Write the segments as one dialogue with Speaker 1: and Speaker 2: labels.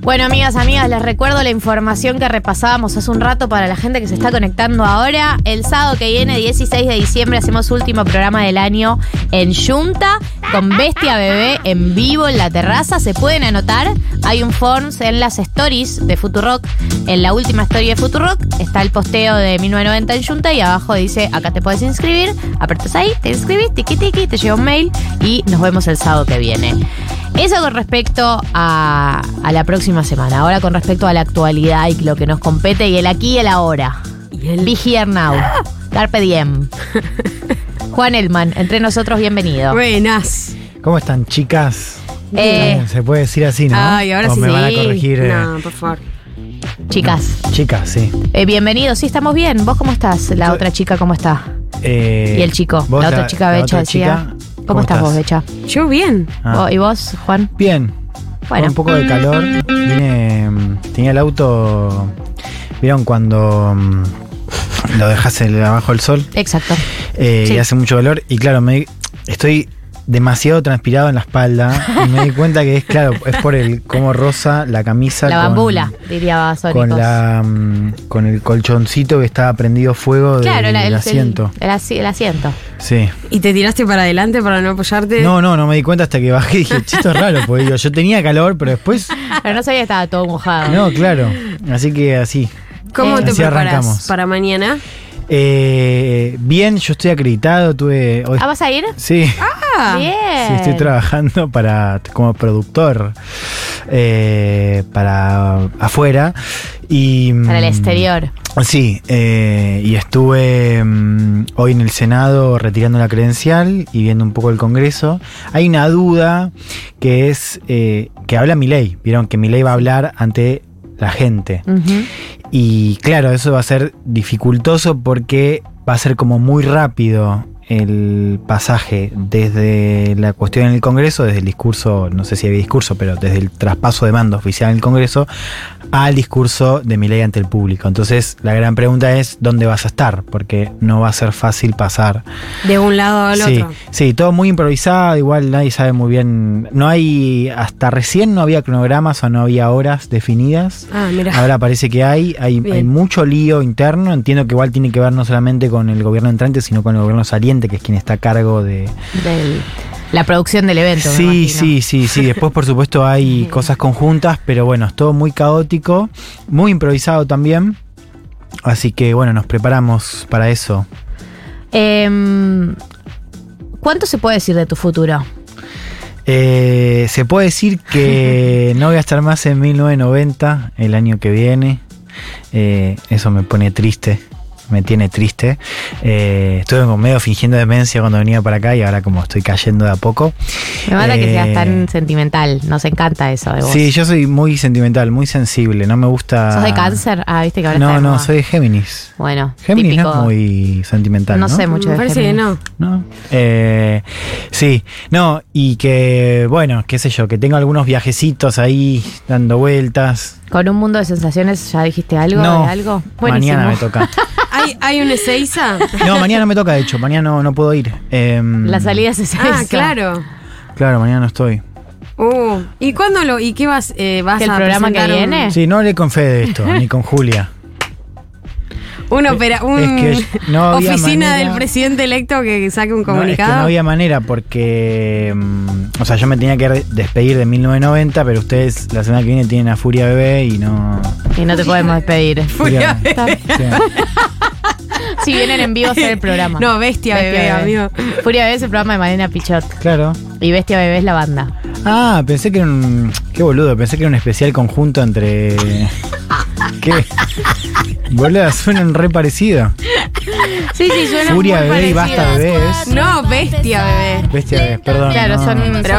Speaker 1: Bueno, amigas, amigas, les recuerdo la información que repasábamos hace un rato para la gente que se está conectando ahora. El sábado que viene, 16 de diciembre, hacemos último programa del año en Junta con Bestia Bebé en vivo en la terraza. Se pueden anotar. Hay un forms en las stories de Futurock. En la última story de Futurock está el posteo de 1990 en Junta y abajo dice, acá te puedes inscribir. Apretas ahí, te inscribís, tiqui tiqui, te llega un mail y nos vemos el sábado que viene. Eso con respecto a, a la próxima semana. Ahora con respecto a la actualidad y lo que nos compete y el aquí y el ahora.
Speaker 2: Y el
Speaker 1: Be here now. Carpe diem. Juan Elman, entre nosotros, bienvenido.
Speaker 2: Buenas.
Speaker 3: ¿Cómo están, chicas?
Speaker 1: Eh,
Speaker 3: Se puede decir así, ¿no?
Speaker 2: Ay, ahora
Speaker 3: O
Speaker 2: sí.
Speaker 3: me van a corregir. eh,
Speaker 2: No, por favor.
Speaker 1: chicas,
Speaker 3: Chicas, sí.
Speaker 1: eh, bienvenidos. Sí, estamos bien. ¿Vos cómo estás? La
Speaker 3: Yo-
Speaker 1: otra chica, ¿cómo está?
Speaker 3: Eh,
Speaker 1: Y el chico,
Speaker 3: vos,
Speaker 1: la otra chica
Speaker 3: la
Speaker 1: Becha
Speaker 3: otra
Speaker 1: decía.
Speaker 3: chica,
Speaker 1: ¿Cómo, estás, vos, Becha?
Speaker 2: Yo bien.
Speaker 3: Ah.
Speaker 1: Vos- ¿Y vos, Juan?
Speaker 3: Bien. Bueno.
Speaker 1: Bueno.
Speaker 3: Un poco de calor. Vine, mm, tenía el auto. ¿Vieron cuando mm, lo dejas el- abajo del sol?
Speaker 1: Exacto.
Speaker 3: Eh,
Speaker 1: Sí.
Speaker 3: Y hace mucho calor. Y claro, me, estoy demasiado transpirado en la espalda. y me di cuenta que es, claro, es por el cómo rosa la camisa.
Speaker 1: La
Speaker 3: con-
Speaker 1: bambula, diría Sónicos.
Speaker 3: con la mm, con el colchoncito que estaba prendido fuego
Speaker 1: Claro,
Speaker 3: del
Speaker 1: la- el, el-
Speaker 3: asiento.
Speaker 1: El, asi- el asiento.
Speaker 3: Sí.
Speaker 2: ¿Y te tiraste para adelante para no apoyarte?
Speaker 3: No, no, no me di cuenta hasta que bajé y dije, "Che, esto es raro, porque digo, yo tenía calor, pero después.
Speaker 1: Pero no sabía que estaba todo mojado.
Speaker 3: No, claro. Así que así.
Speaker 2: ¿Cómo
Speaker 1: Eh,
Speaker 2: te
Speaker 3: así
Speaker 2: preparas
Speaker 3: arrancamos.
Speaker 2: para mañana?
Speaker 3: Eh, bien, yo estoy acreditado, tuve. hoy-
Speaker 1: ¿Ah, vas a ir?
Speaker 3: sí,
Speaker 2: Ah,
Speaker 1: Bien.
Speaker 3: sí, estoy trabajando para como productor eh, para afuera. Y,
Speaker 1: Para el
Speaker 3: mm,
Speaker 1: exterior.
Speaker 3: Sí, eh, y estuve mm, hoy en el Senado retirando la credencial y viendo un poco el Congreso. Hay una duda que es eh, que habla Milei, vieron que Milei va a hablar ante la gente.
Speaker 1: Ujú.
Speaker 3: Y claro, eso va a ser dificultoso porque va a ser como muy rápido el pasaje desde la cuestión en el Congreso, desde el discurso, no sé si había discurso, pero desde el traspaso de mando oficial en el Congreso al discurso de Milei ante el público. Entonces, la gran pregunta es dónde vas a estar, porque no va a ser fácil pasar
Speaker 2: de un lado al
Speaker 3: sí,
Speaker 2: otro.
Speaker 3: sí, todo muy improvisado, igual nadie sabe muy bien. No hay, hasta recién no había cronogramas o no había horas definidas.
Speaker 2: Ah, mira.
Speaker 3: Ahora parece que hay, hay,
Speaker 2: Bien.
Speaker 3: hay mucho lío interno. Entiendo que igual tiene que ver no solamente con el gobierno entrante, sino con el gobierno saliente, que es quien está a cargo de.
Speaker 1: Del- la producción del evento. me
Speaker 3: Sí,
Speaker 1: imagino.
Speaker 3: sí, sí, sí. Después, por supuesto, hay cosas conjuntas, pero bueno, es todo muy caótico, muy improvisado también. Así que bueno, nos preparamos para eso.
Speaker 1: Em, ¿Cuánto se puede decir de tu futuro?
Speaker 3: Eh, se puede decir que no voy a estar más en 1990 el año que viene. Eh, eso me pone triste. Me tiene triste. Eh, estuve como medio fingiendo demencia cuando venía para acá y ahora como estoy cayendo de a poco.
Speaker 1: Me mata que
Speaker 3: Eh,
Speaker 1: seas tan sentimental. Nos encanta eso de vos.
Speaker 3: Sí, yo soy muy sentimental, muy sensible. No me gusta...
Speaker 1: ¿Sos de cáncer? Ah, viste que ahora está
Speaker 3: No,
Speaker 1: de
Speaker 3: no,
Speaker 1: moda.
Speaker 3: soy de Géminis.
Speaker 1: Bueno,
Speaker 3: Géminis
Speaker 1: típico.
Speaker 3: no es muy sentimental.
Speaker 1: no
Speaker 3: No,
Speaker 1: sé mucho
Speaker 2: Me
Speaker 1: de
Speaker 2: parece que
Speaker 1: Géminis.
Speaker 2: no.
Speaker 3: ¿no? Eh, sí, no, y que, bueno, qué sé yo, que tengo algunos viajecitos ahí dando vueltas.
Speaker 1: ¿Con un mundo de sensaciones ya dijiste algo?
Speaker 3: no,
Speaker 1: de algo?
Speaker 3: mañana me toca.
Speaker 2: ¿Hay, hay un Ezeiza?
Speaker 3: No, mañana me toca, de hecho, mañana no, no puedo ir. Em,
Speaker 1: La salida es esa.
Speaker 2: ah, claro.
Speaker 3: Claro, mañana no estoy.
Speaker 2: Uh, ¿Y cuándo lo.? ¿Y qué vas, eh, vas
Speaker 1: ¿Que el
Speaker 2: a
Speaker 1: programa que
Speaker 2: presentar un-
Speaker 1: viene?
Speaker 3: Sí, no hablé con Fede de esto, ni con Julia.
Speaker 2: Un opera, un
Speaker 3: Es que no había
Speaker 2: oficina
Speaker 3: manera-
Speaker 2: del presidente electo que saque un
Speaker 3: No, es que
Speaker 2: comunicado.
Speaker 3: no había manera porque. mm, o sea, yo me tenía que re- despedir de 1990, pero ustedes la semana que viene tienen a Furia Bebé y no.
Speaker 1: Y no te podemos despedir.
Speaker 2: Furia
Speaker 3: Furia-
Speaker 1: si
Speaker 3: Sí.
Speaker 1: vienen en vivo a hacer el programa.
Speaker 2: No, bestia, bebé, amigo.
Speaker 1: Furia Bebé es el programa de Marina Pichot.
Speaker 3: Claro.
Speaker 1: Y Bestia Bebé es la banda.
Speaker 3: Ah, pensé que era un. Qué boludo, pensé que era un especial conjunto entre. ¿Qué? Boludo, suenan re parecido.
Speaker 1: Sí, sí, suena
Speaker 3: Furia bebé y basta bebé. ¿ves?
Speaker 2: No, bestia, bebé.
Speaker 3: Bestia bebé, perdón.
Speaker 1: Claro,
Speaker 3: no.
Speaker 1: son, son
Speaker 2: Pero Bestia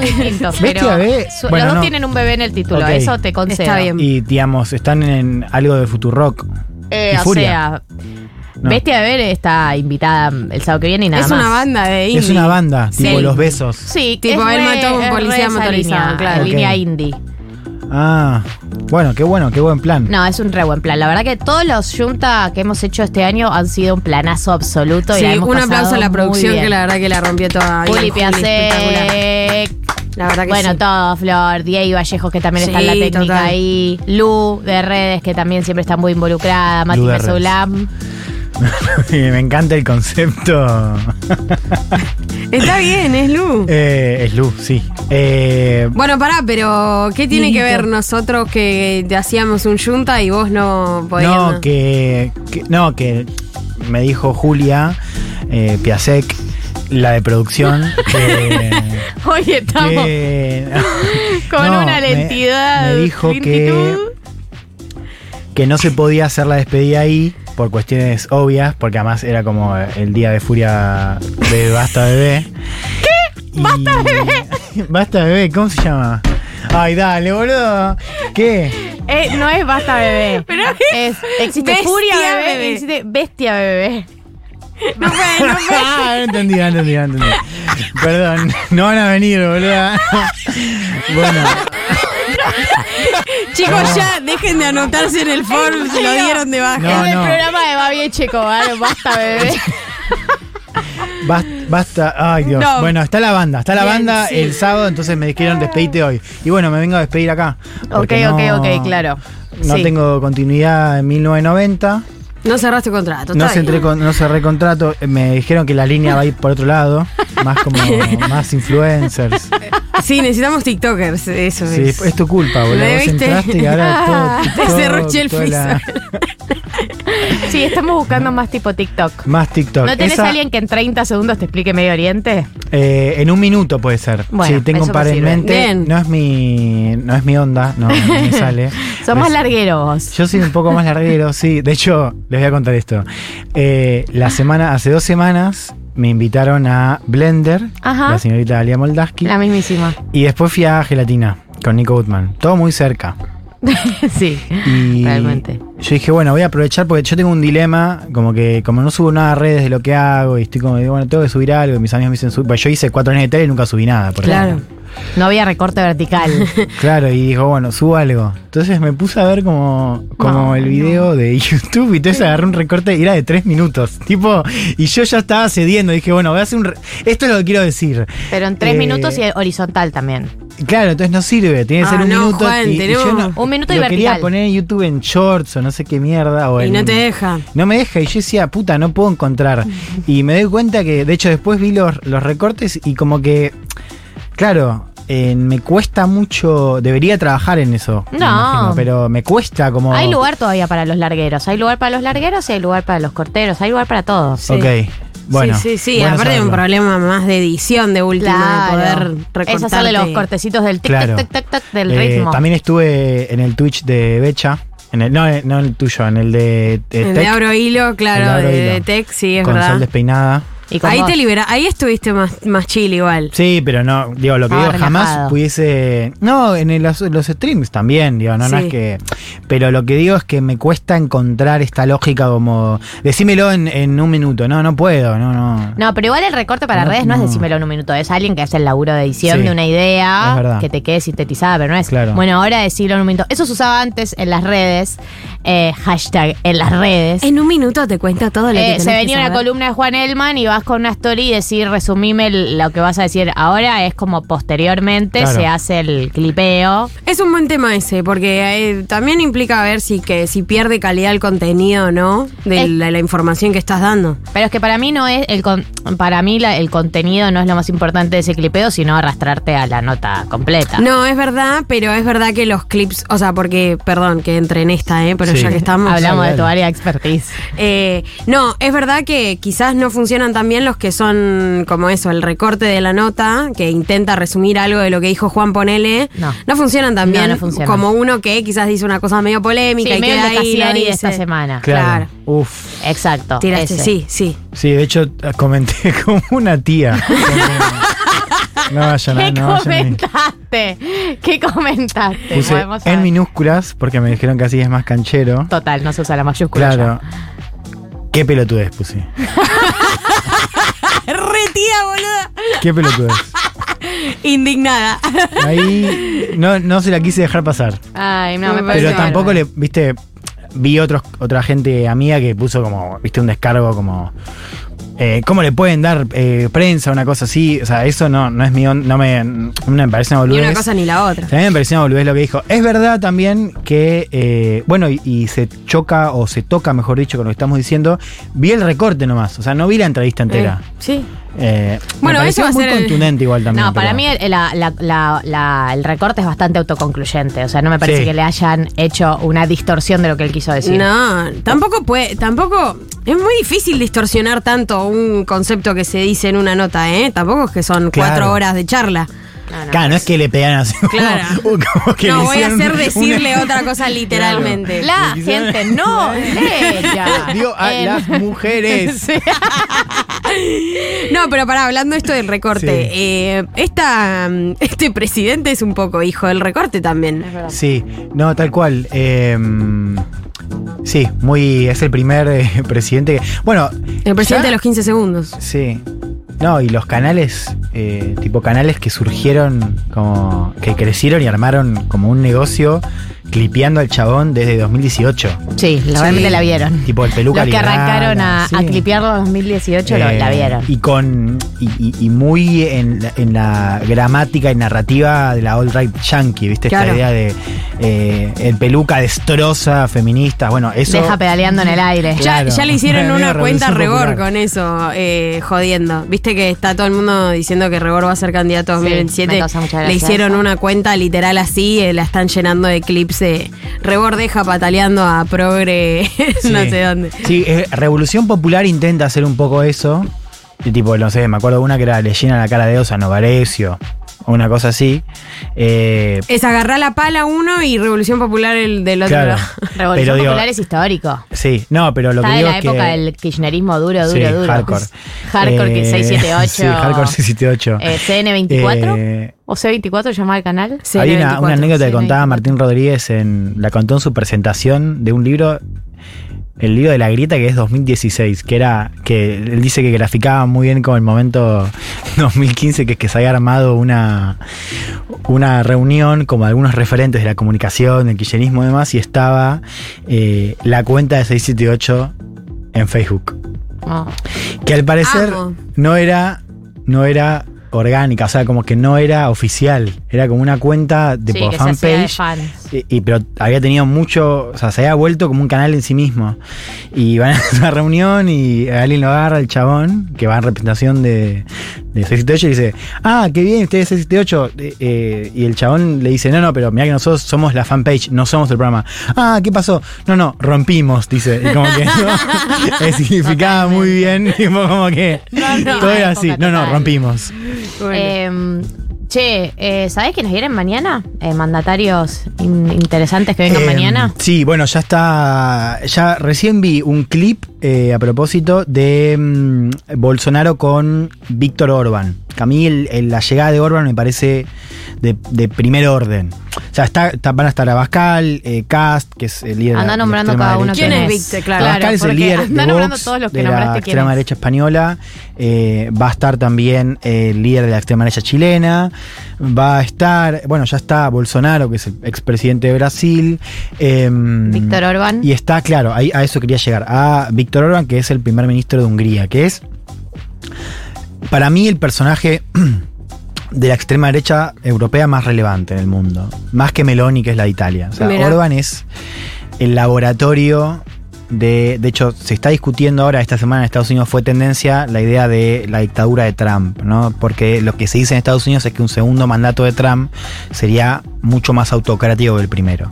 Speaker 1: conceptos
Speaker 2: Bebé-
Speaker 1: distintos.
Speaker 3: Bestia
Speaker 1: pero
Speaker 3: Bebé-
Speaker 1: su-
Speaker 3: bueno,
Speaker 1: los dos
Speaker 3: no.
Speaker 1: tienen un bebé en el título,
Speaker 3: Ok.
Speaker 1: eso te concedo.
Speaker 2: Está bien.
Speaker 3: Y digamos, están en algo de Futurock.
Speaker 1: Eh,
Speaker 3: Y
Speaker 1: o
Speaker 3: Furia.
Speaker 1: sea,
Speaker 3: No.
Speaker 1: Bestia Bebé está invitada el sábado que viene y nada
Speaker 2: es
Speaker 1: más.
Speaker 2: una banda de indie.
Speaker 3: Es una banda,
Speaker 2: Sí.
Speaker 3: tipo Los Besos.
Speaker 1: Sí,
Speaker 2: Tipo,
Speaker 1: es
Speaker 2: él
Speaker 1: re-
Speaker 2: mató a un
Speaker 1: es re
Speaker 2: policía
Speaker 1: esa
Speaker 2: motorizado,
Speaker 1: línea,
Speaker 2: claro.
Speaker 1: Línea
Speaker 3: Ok.
Speaker 1: indie.
Speaker 3: Ah, bueno, qué bueno, qué buen plan.
Speaker 1: No, es un re buen plan. La verdad que todos los Junta que hemos hecho este año han sido un planazo absoluto. y
Speaker 2: Sí,
Speaker 1: la hemos
Speaker 2: un
Speaker 1: pasado
Speaker 2: aplauso a la
Speaker 1: muy
Speaker 2: producción
Speaker 1: bien.
Speaker 2: que la verdad que la rompió toda.
Speaker 1: Juli
Speaker 2: Bien, Juli, espectacular.
Speaker 1: Piasek,
Speaker 2: La verdad que
Speaker 1: Bueno,
Speaker 2: sí.
Speaker 1: todo, Flor, Diego Vallejos, que también está en la
Speaker 2: Sí,
Speaker 1: técnica
Speaker 2: total.
Speaker 1: ahí, Lu de redes, que también siempre está muy involucrada, Mati
Speaker 3: Lu de redes.
Speaker 1: Mesoulam.
Speaker 3: Me encanta el concepto.
Speaker 2: Está bien, es Lu.
Speaker 3: Eh, es Lu, sí. Eh,
Speaker 2: Bueno, pará, pero ¿qué tiene que ver nosotros que te hacíamos un yunta y vos no podías?
Speaker 3: no, que, que- No, que me dijo Julia eh, Piasek, la de producción, que.
Speaker 1: Hoy estamos
Speaker 3: que-
Speaker 1: con
Speaker 3: no,
Speaker 1: una
Speaker 3: me-
Speaker 1: lentidad.
Speaker 3: me dijo que.
Speaker 1: lentitud.
Speaker 3: que no se podía hacer la despedida ahí por cuestiones obvias, porque además era como el día de furia de Basta Bebé. ¿Qué? ¿Basta Bebé? Basta Bebé, ¿cómo se llama? Ay, dale, boludo. ¿Qué?
Speaker 1: Eh, no es basta bebé. es, existe
Speaker 2: Bestia
Speaker 1: furia bebé,
Speaker 2: Bebé.
Speaker 1: y existe bestia bebé.
Speaker 2: No fue, no fue.
Speaker 3: Ah, no entendí, no entendí, no entendí. Perdón, no van a venir, boludo. Bueno,
Speaker 2: Chicos, ya dejen de anotarse en el form, se lo dieron de baja.
Speaker 3: No,
Speaker 1: es
Speaker 3: no.
Speaker 1: el programa de Babi Echecobar, basta bebé.
Speaker 3: bas- basta. Ay, Dios.
Speaker 2: No.
Speaker 3: Bueno, está la banda, está la
Speaker 2: Bien,
Speaker 3: banda
Speaker 2: sí.
Speaker 3: el sábado, entonces me dijeron despedite hoy. Y bueno, me vengo a despedir acá.
Speaker 1: ok,
Speaker 3: porque
Speaker 1: ok,
Speaker 3: no-
Speaker 1: ok, claro.
Speaker 3: No
Speaker 1: Sí.
Speaker 3: tengo continuidad en 1990.
Speaker 2: No cerraste contrato.
Speaker 3: No
Speaker 2: está bien.
Speaker 3: cerré, con- no cerré contrato. eh, Me dijeron que la línea va a ir por otro lado. Más como más influencers.
Speaker 2: Sí, necesitamos TikTokers, eso
Speaker 3: Sí,
Speaker 2: es.
Speaker 3: es tu culpa, boludo.
Speaker 2: Me
Speaker 3: Vos
Speaker 2: viste.
Speaker 3: entraste y ahora
Speaker 2: Ah,
Speaker 3: todo.
Speaker 2: te
Speaker 3: TikTok,
Speaker 2: cerruché el
Speaker 3: toda la-
Speaker 1: Sí, estamos buscando más tipo TikTok.
Speaker 3: Más TikTok.
Speaker 1: ¿No tenés
Speaker 3: Esa,
Speaker 1: alguien que en 30 segundos te explique Medio Oriente?
Speaker 3: eh, en un minuto puede ser.
Speaker 1: Bueno,
Speaker 3: sí, tengo
Speaker 1: eso
Speaker 3: un par
Speaker 1: me
Speaker 3: en
Speaker 1: sirve.
Speaker 3: mente.
Speaker 2: Bien.
Speaker 3: No es mi. No es mi onda, no, no me sale.
Speaker 1: Son más
Speaker 3: Les-
Speaker 1: largueros.
Speaker 3: Yo soy un poco más larguero, sí. De hecho, les voy a contar esto. Eh, la semana, hace dos semanas, me invitaron a Blender,
Speaker 1: Ajá.
Speaker 3: la señorita Alia Moldaski.
Speaker 1: La mismísima.
Speaker 3: Y después fui a Gelatina con Nico Gutman. Todo muy cerca.
Speaker 1: sí.
Speaker 3: Y
Speaker 1: Realmente.
Speaker 3: Yo dije, bueno, voy a aprovechar porque yo tengo un dilema, como que como no subo nada a redes de lo que hago y estoy como, digo, bueno, tengo que subir algo. Y mis amigos me dicen, sub- pues yo hice cuatro años de tele y nunca subí nada. Por
Speaker 2: Claro.
Speaker 3: ejemplo.
Speaker 1: No había recorte vertical.
Speaker 3: Claro, y dijo, bueno, subo algo. Entonces me puse a ver como, como
Speaker 1: No,
Speaker 3: el video de YouTube y entonces agarré un recorte y era de tres minutos. Tipo, y yo ya estaba cediendo. Dije, bueno, voy a hacer un... re- Esto es lo que quiero decir.
Speaker 1: Pero en 3
Speaker 3: Eh,
Speaker 1: minutos y horizontal también.
Speaker 3: Claro, entonces no sirve, tiene que
Speaker 2: Ah,
Speaker 3: ser un
Speaker 2: no,
Speaker 3: minuto.
Speaker 2: Juan,
Speaker 3: y- y
Speaker 2: tenemos-
Speaker 3: yo
Speaker 1: Un minuto y
Speaker 3: lo
Speaker 1: vertical.
Speaker 3: quería poner en YouTube en shorts o no sé qué mierda. O
Speaker 2: Y
Speaker 3: en-
Speaker 2: no te deja.
Speaker 3: No me deja, y yo decía, puta, no puedo encontrar. Y me doy cuenta que, de hecho, después vi los, los recortes y como que, claro, eh, me cuesta mucho, debería trabajar en eso. me
Speaker 1: No.
Speaker 3: imagino, pero me cuesta como...
Speaker 1: Hay lugar todavía para los largueros. Hay lugar para los largueros y hay lugar para los corteros. Hay lugar para todos.
Speaker 2: Sí.
Speaker 3: Ok, bueno.
Speaker 2: sí, sí, sí.
Speaker 3: bueno
Speaker 2: Aparte de un
Speaker 3: saberlo.
Speaker 2: problema más de edición de última, de poder recortar.
Speaker 1: Es hacerle los cortecitos del tic,
Speaker 3: Claro.
Speaker 1: tic, tic, tic, tic, del
Speaker 3: Eh,
Speaker 1: ritmo.
Speaker 3: También estuve en el Twitch de Becha. En el, no, eh, no en el tuyo, en el de, eh,
Speaker 2: El de
Speaker 3: Tech,
Speaker 2: abro hilo,
Speaker 3: El de
Speaker 2: claro,
Speaker 3: Abro
Speaker 2: de,
Speaker 3: Hilo.
Speaker 2: de tech, sí, es
Speaker 3: con Sol
Speaker 2: verdad.
Speaker 3: Despeinada.
Speaker 1: Y con
Speaker 2: Ahí
Speaker 1: vos.
Speaker 2: te libera, ahí estuviste más, más chill igual.
Speaker 3: Sí, pero no, digo, lo que
Speaker 1: Estaba
Speaker 3: digo, jamás
Speaker 1: relajado.
Speaker 3: pudiese. No, en el- los, los streams también, digo, no, no
Speaker 2: Sí.
Speaker 3: es que. Pero lo que digo es que me cuesta encontrar esta lógica como. Decímelo en, en un minuto. No, no puedo, no, no.
Speaker 1: No, pero igual el recorte para
Speaker 3: No,
Speaker 1: redes no, es
Speaker 3: no.
Speaker 1: decímelo en un minuto, es alguien que hace el laburo de edición
Speaker 3: Sí,
Speaker 1: de una
Speaker 3: es
Speaker 1: idea
Speaker 3: verdad.
Speaker 1: que te quede sintetizada, pero no es.
Speaker 3: Claro.
Speaker 1: Bueno, ahora decirlo en un minuto. Eso se usaba antes en las redes, eh, hashtag en las redes.
Speaker 2: En un minuto te cuenta todo lo que
Speaker 1: Eh,
Speaker 2: tenés
Speaker 1: se
Speaker 2: que
Speaker 1: venía una
Speaker 2: saber.
Speaker 1: columna de Juan Elman y vas con una story y decir, resumime el- lo que vas a decir ahora, es como posteriormente
Speaker 3: Claro.
Speaker 1: se hace el clipeo.
Speaker 2: Es un buen tema ese, porque eh, también implica ver si que si pierde calidad el contenido o no de
Speaker 1: Es-
Speaker 2: la, la información que estás dando.
Speaker 1: Pero es que para mí no es el con- para mí la- el contenido no es lo más importante de ese clipeo, sino arrastrarte a la nota completa.
Speaker 2: No, es verdad, pero es verdad que los clips, o sea, porque, perdón, que entre en esta, eh, pero
Speaker 3: Sí.
Speaker 2: ya que estamos.
Speaker 1: Hablamos
Speaker 3: dale,
Speaker 1: de tu
Speaker 3: dale.
Speaker 1: área de expertise.
Speaker 2: Eh, no, es verdad que quizás no funcionan tan bien los que son como eso, el recorte de la nota, que intenta resumir algo de lo que dijo Juan Ponele.
Speaker 1: No.
Speaker 2: funcionan tan
Speaker 1: No,
Speaker 2: bien
Speaker 1: no funcionan.
Speaker 2: como uno que quizás dice una cosa medio polémica
Speaker 1: Sí,
Speaker 2: y
Speaker 1: medio
Speaker 2: queda
Speaker 1: el de
Speaker 2: ahí, lo
Speaker 1: Cassiani de
Speaker 2: dice.
Speaker 1: esta semana.
Speaker 2: claro.
Speaker 3: Uf.
Speaker 1: Exacto.
Speaker 2: Tiraste,
Speaker 1: ese.
Speaker 2: sí, sí.
Speaker 3: Sí, de hecho, comenté como una tía. Como- No vayan a-
Speaker 1: ¿Qué
Speaker 3: no vayan a-
Speaker 1: comentaste? ¿Qué comentaste?
Speaker 3: Puse
Speaker 1: Podemos saber.
Speaker 3: en minúsculas, porque me dijeron que así es más canchero.
Speaker 1: Total, no se usa la mayúscula. ya.
Speaker 3: Claro. Qué pelotudez puse.
Speaker 2: Retía, boluda.
Speaker 3: Qué pelotudez.
Speaker 2: Indignada.
Speaker 3: Ahí no, no se la quise dejar pasar.
Speaker 1: Ay, no, me
Speaker 2: Pero
Speaker 1: parece
Speaker 3: Pero
Speaker 1: bárbaro.
Speaker 3: tampoco le, viste, vi otros, otra gente amiga que puso como, viste, un descargo como. eh, ¿Cómo le pueden dar eh, prensa, una cosa así? O sea, eso no, no es mío, no me, no me parece una
Speaker 2: Ni
Speaker 3: boludez.
Speaker 2: una cosa ni la otra.
Speaker 3: También me pareció una boludez lo que dijo. Es verdad también que, eh, bueno, y, y se choca o se toca, mejor dicho, con lo que estamos diciendo. Vi el recorte nomás, o sea, no vi la entrevista entera.
Speaker 2: Eh, sí.
Speaker 3: Eh,
Speaker 2: Bueno,
Speaker 3: me
Speaker 2: eso
Speaker 3: pareció
Speaker 2: va a
Speaker 3: muy
Speaker 2: ser el-
Speaker 3: contundente igual también.
Speaker 1: No, para
Speaker 3: pero-
Speaker 1: mí el, la- la- la- la- el recorte es bastante autoconcluyente. O sea, no me parece
Speaker 3: Sí.
Speaker 1: que le hayan hecho una distorsión de lo que él quiso decir.
Speaker 2: No, tampoco puede, tampoco es muy difícil distorsionar tanto un concepto que se dice en una nota, ¿eh? Tampoco es que son
Speaker 3: Claro.
Speaker 2: cuatro horas de charla.
Speaker 3: Claro, no es que le pegan así. como-
Speaker 2: Claro.
Speaker 3: como, que
Speaker 2: no
Speaker 3: le
Speaker 2: voy a
Speaker 3: hicieron
Speaker 2: hacer
Speaker 3: un-
Speaker 2: decirle otra cosa literalmente.
Speaker 1: La gente no ella.
Speaker 3: Digo, a
Speaker 1: En-
Speaker 3: las mujeres.
Speaker 1: Sí.
Speaker 2: No, pero para hablando esto del recorte,
Speaker 3: Sí.
Speaker 2: eh, esta, mm, este presidente es un poco hijo del recorte también.
Speaker 3: Sí, no, tal cual. eh, sí, muy. Es el primer eh, presidente que. Bueno.
Speaker 2: El presidente
Speaker 3: ya-
Speaker 2: de los 15 segundos.
Speaker 3: Sí. No, y los canales, eh, tipo canales que surgieron, como que crecieron y armaron como un negocio clipeando al chabón desde 2018.
Speaker 1: Sí, la- realmente la vieron.
Speaker 3: Tipo el
Speaker 1: Los
Speaker 3: peluca
Speaker 1: que
Speaker 3: Liberal,
Speaker 1: arrancaron a,
Speaker 3: sí.
Speaker 1: a clipearlo en 2018 lo-
Speaker 3: Eh,
Speaker 1: la vieron.
Speaker 3: Y con y, y- y muy en, la- en la gramática y narrativa de la old right yankee, ¿viste?
Speaker 2: Claro.
Speaker 3: Esta idea de eh, el peluca destroza feministas. Bueno, eso.
Speaker 1: Deja pedaleando en el aire.
Speaker 3: Claro.
Speaker 2: Ya, ya le hicieron
Speaker 3: Medio
Speaker 2: una cuenta a
Speaker 3: revolución
Speaker 2: Rebor
Speaker 3: popular.
Speaker 2: con eso, eh, jodiendo. Viste que está todo el mundo diciendo que Rebor va a ser candidato a
Speaker 1: Sí,
Speaker 2: 2027.
Speaker 1: me causa mucha
Speaker 2: le
Speaker 1: gracia
Speaker 2: hicieron
Speaker 1: eso.
Speaker 2: una cuenta literal así, eh, la están llenando de clips. eh, Rebor deja pataleando a Progre,
Speaker 3: Sí.
Speaker 2: no sé dónde.
Speaker 3: Sí, eh, Revolución Popular intenta hacer un poco eso. Y tipo, no sé, me acuerdo una que era le llena la cara de osa Novarecio o una cosa así. Eh,
Speaker 2: Es agarrar la pala uno y Revolución Popular el del otro
Speaker 3: claro.
Speaker 2: lado.
Speaker 1: Revolución
Speaker 3: digo,
Speaker 1: Popular es histórico.
Speaker 3: Sí, no, pero lo
Speaker 1: Está
Speaker 3: que
Speaker 1: de
Speaker 3: digo
Speaker 1: la
Speaker 3: es
Speaker 1: época
Speaker 3: que,
Speaker 1: del kirchnerismo duro, duro,
Speaker 3: sí,
Speaker 1: duro.
Speaker 3: Hardcore.
Speaker 1: Hardcore que
Speaker 3: Eh,
Speaker 1: 678.
Speaker 3: Sí, hardcore 678.
Speaker 1: eh, CN24.
Speaker 3: Eh,
Speaker 1: ¿O C24 llamaba el canal?
Speaker 2: Sí,
Speaker 3: Hay una,
Speaker 2: 94,
Speaker 3: una anécdota que
Speaker 1: sí, 94.
Speaker 3: contaba Martín Rodríguez en la contó en su presentación de un libro, el libro de la grieta que es 2016, que era que él dice que graficaba muy bien con el momento 2015 que es que se había armado una una reunión como algunos referentes de la comunicación, del kirchnerismo y demás y estaba eh, la cuenta de 678 en Facebook,
Speaker 1: No.
Speaker 3: que al parecer
Speaker 2: Amo.
Speaker 3: no era no era orgánica, o sea, como que no era oficial, era como una cuenta de
Speaker 1: Sí,
Speaker 3: por
Speaker 1: que se hacía de
Speaker 3: fanpage
Speaker 1: fans.
Speaker 3: y, y- pero había tenido mucho, o sea, se había vuelto como un canal en sí mismo. Y van a una reunión y alguien lo agarra, el chabón, que va en representación de, de 678, y dice, ah, qué bien, usted es 678. Eh, eh, y el chabón le dice, no, no, pero mirá que nosotros somos la fanpage, no somos el programa. Ah, ¿qué pasó? No, no, rompimos, dice. Y como que ¿no? Eh, significaba muy bien, tipo, como que
Speaker 1: No, no,
Speaker 3: todo
Speaker 1: época
Speaker 3: era así. No, no,
Speaker 1: total.
Speaker 3: rompimos.
Speaker 2: Bueno.
Speaker 1: Eh, che, eh, ¿sabés que nos vienen mañana? Eh, mandatarios in- interesantes que vengan
Speaker 3: Eh,
Speaker 1: mañana.
Speaker 3: Sí, bueno, ya está. Ya recién vi un clip eh, a propósito de mm, Bolsonaro con Víctor Orban. Que a mí el- el- la llegada de Orban me parece de, de primer orden. O sea, está, está- van a estar Abascal, eh, Cast, que es el
Speaker 1: Anda
Speaker 3: líder de la- de la
Speaker 1: nombrando
Speaker 3: extrema
Speaker 1: cada uno
Speaker 3: derecha.
Speaker 2: ¿Quién es
Speaker 1: quién es.
Speaker 2: Víctor? Claro.
Speaker 3: Abascal es el
Speaker 1: porque
Speaker 3: líder
Speaker 1: anda
Speaker 3: de
Speaker 1: nombrando
Speaker 3: Vox,
Speaker 1: todos los que
Speaker 3: de la
Speaker 1: nombraste quién
Speaker 3: extrema
Speaker 1: es.
Speaker 3: derecha española. Eh, va a estar también eh, el líder de la extrema derecha chilena. Va a estar, bueno, ya está Bolsonaro, que es el expresidente de Brasil. em,
Speaker 1: Víctor Orban.
Speaker 3: y está, claro, ahí, a eso quería llegar. A Víctor Orban, que es el primer ministro de Hungría, que es, para mí, el personaje de la extrema derecha europea más relevante en el mundo. Más que Meloni, que es la de Italia. O sea,
Speaker 2: Mirá.
Speaker 3: Orban es el laboratorio de. De hecho, se está discutiendo ahora, esta semana en Estados Unidos fue tendencia la idea de la dictadura de Trump, ¿no? Porque lo que se dice en Estados Unidos es que un segundo mandato de Trump sería mucho más autocrático que el primero.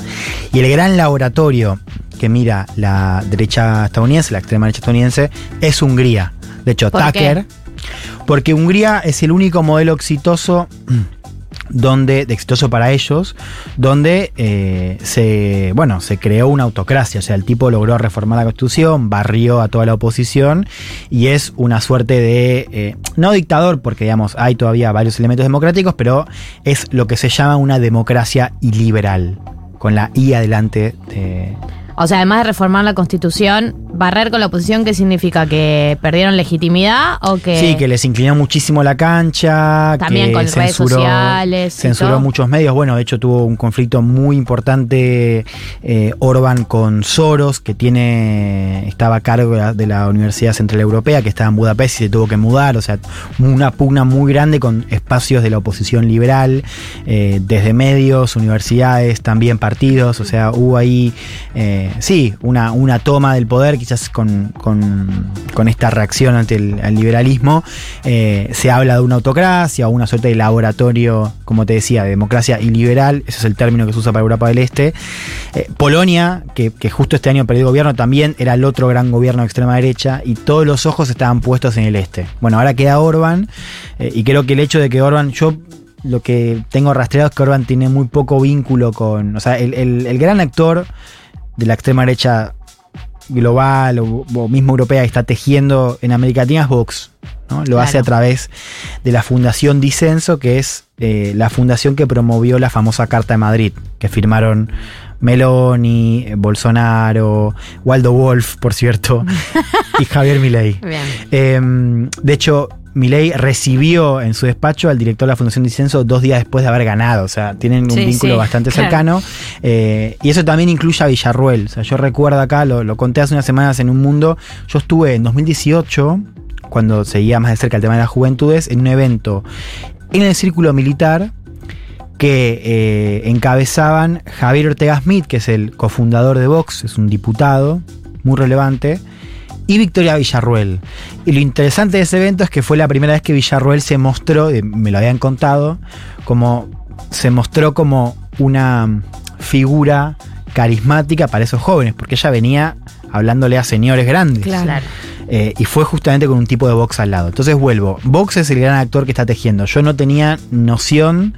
Speaker 3: Y el gran laboratorio que mira la derecha estadounidense, la extrema derecha estadounidense, es Hungría. De hecho,
Speaker 1: ¿Por qué?
Speaker 3: Tucker. Porque Hungría es el único modelo exitoso mm, donde, de exitoso para ellos, donde eh, se, bueno, se creó una autocracia. O sea, el tipo logró reformar la constitución, barrió a toda la oposición y es una suerte de, eh, no dictador, porque digamos, hay todavía varios elementos democráticos, pero es lo que se llama una democracia iliberal, con la I adelante de,
Speaker 1: O sea, además de reformar la constitución, barrer con la oposición, ¿qué significa? ¿Que perdieron legitimidad o que.?
Speaker 3: Sí, que les inclinó muchísimo la cancha.
Speaker 1: También
Speaker 3: que
Speaker 1: con redes sociales y todo.
Speaker 3: Censuró muchos medios. Bueno, de hecho tuvo un conflicto muy importante eh, Orban con Soros, que tiene estaba a cargo de la, de la Universidad Central Europea, que estaba en Budapest y se tuvo que mudar. O sea, una pugna muy grande con espacios de la oposición liberal, eh, desde medios, universidades, también partidos. O sea, hubo ahí, eh, sí, una, una toma del poder, quizás con, con- con esta reacción ante el al liberalismo. Eh, se habla de una autocracia, una suerte de laboratorio, como te decía, de democracia y liberal, ese es el término que se usa para Europa del Este. Eh, Polonia, que, que justo este año perdió gobierno, también era el otro gran gobierno de extrema derecha y todos los ojos estaban puestos en el este. Bueno, ahora queda Orban eh, y creo que el hecho de que Orban, yo lo que tengo rastreado es que Orban tiene muy poco vínculo con, o sea, el, el- el gran actor de la extrema derecha global o, o mismo europea que está tejiendo en América Latina es Vox. ¿no? Lo
Speaker 1: Claro.
Speaker 3: hace a través de la Fundación Disenso, que es eh, la fundación que promovió la famosa Carta de Madrid, que firmaron Meloni, eh, Bolsonaro, Waldo Wolf, por cierto, y Javier Milei.
Speaker 1: Bien.
Speaker 3: Eh, de hecho, Milei recibió en su despacho al director de la Fundación Disenso dos días después de haber ganado. O sea, tienen un
Speaker 2: Sí,
Speaker 3: vínculo
Speaker 2: sí,
Speaker 3: bastante
Speaker 2: claro.
Speaker 3: cercano. Eh, y eso también incluye a Villarruel. O sea, yo recuerdo acá, lo, lo conté hace unas semanas en un mundo. Yo estuve en 2018, cuando seguía más de cerca el tema de las juventudes, en un evento en el círculo militar que eh, encabezaban Javier Ortega Smith, que es el cofundador de Vox, es un diputado muy relevante, y Victoria Villarruel. Y lo interesante de ese evento es que fue la primera vez que Villarruel se mostró, eh, me lo habían contado, como se mostró como una mm, figura carismática para esos jóvenes, porque ella venía hablándole a señores grandes.
Speaker 1: Claro.
Speaker 3: Eh, y fue justamente con un tipo de Vox al lado. Entonces vuelvo. Vox es el gran actor que está tejiendo. Yo no tenía noción,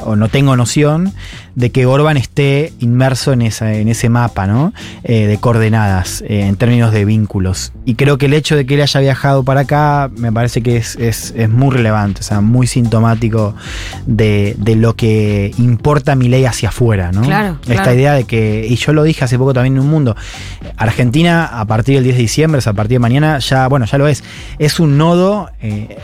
Speaker 3: o no tengo noción, de que Orban esté inmerso en, esa, en ese mapa, ¿no? Eh, de coordenadas, eh, en términos de vínculos. Y creo que el hecho de que él haya viajado para acá me parece que es, es- es muy relevante, o sea, muy sintomático de, de lo que importa mi ley hacia afuera, ¿no?
Speaker 2: Claro,
Speaker 3: Esta
Speaker 2: claro.
Speaker 3: idea de que, y yo lo dije hace poco también en un mundo, Argentina a partir del 10 de diciembre, o sea, a partir de mañana, ya, bueno, ya lo es, es un nodo eh,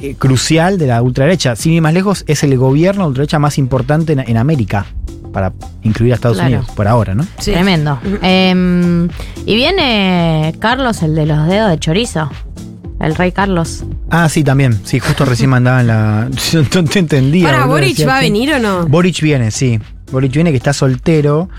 Speaker 3: eh, crucial de la ultraderecha. Sin ir más lejos, es el gobierno de ultraderecha más importante en, en América, para incluir a Estados
Speaker 1: Claro.
Speaker 3: Unidos, por ahora, ¿no?
Speaker 2: Sí.
Speaker 1: Tremendo.
Speaker 2: Ujú.
Speaker 1: Em, y viene Carlos, el de los dedos de chorizo. El rey Carlos.
Speaker 3: Ah, sí, también, sí, justo recién mandaban la... Yo no te entendía.
Speaker 2: Para,
Speaker 3: boludo,
Speaker 2: ¿Boric
Speaker 3: decía,
Speaker 2: va a
Speaker 3: ¿qué?
Speaker 2: venir o no?
Speaker 3: Boric viene, sí. Boric viene que está soltero.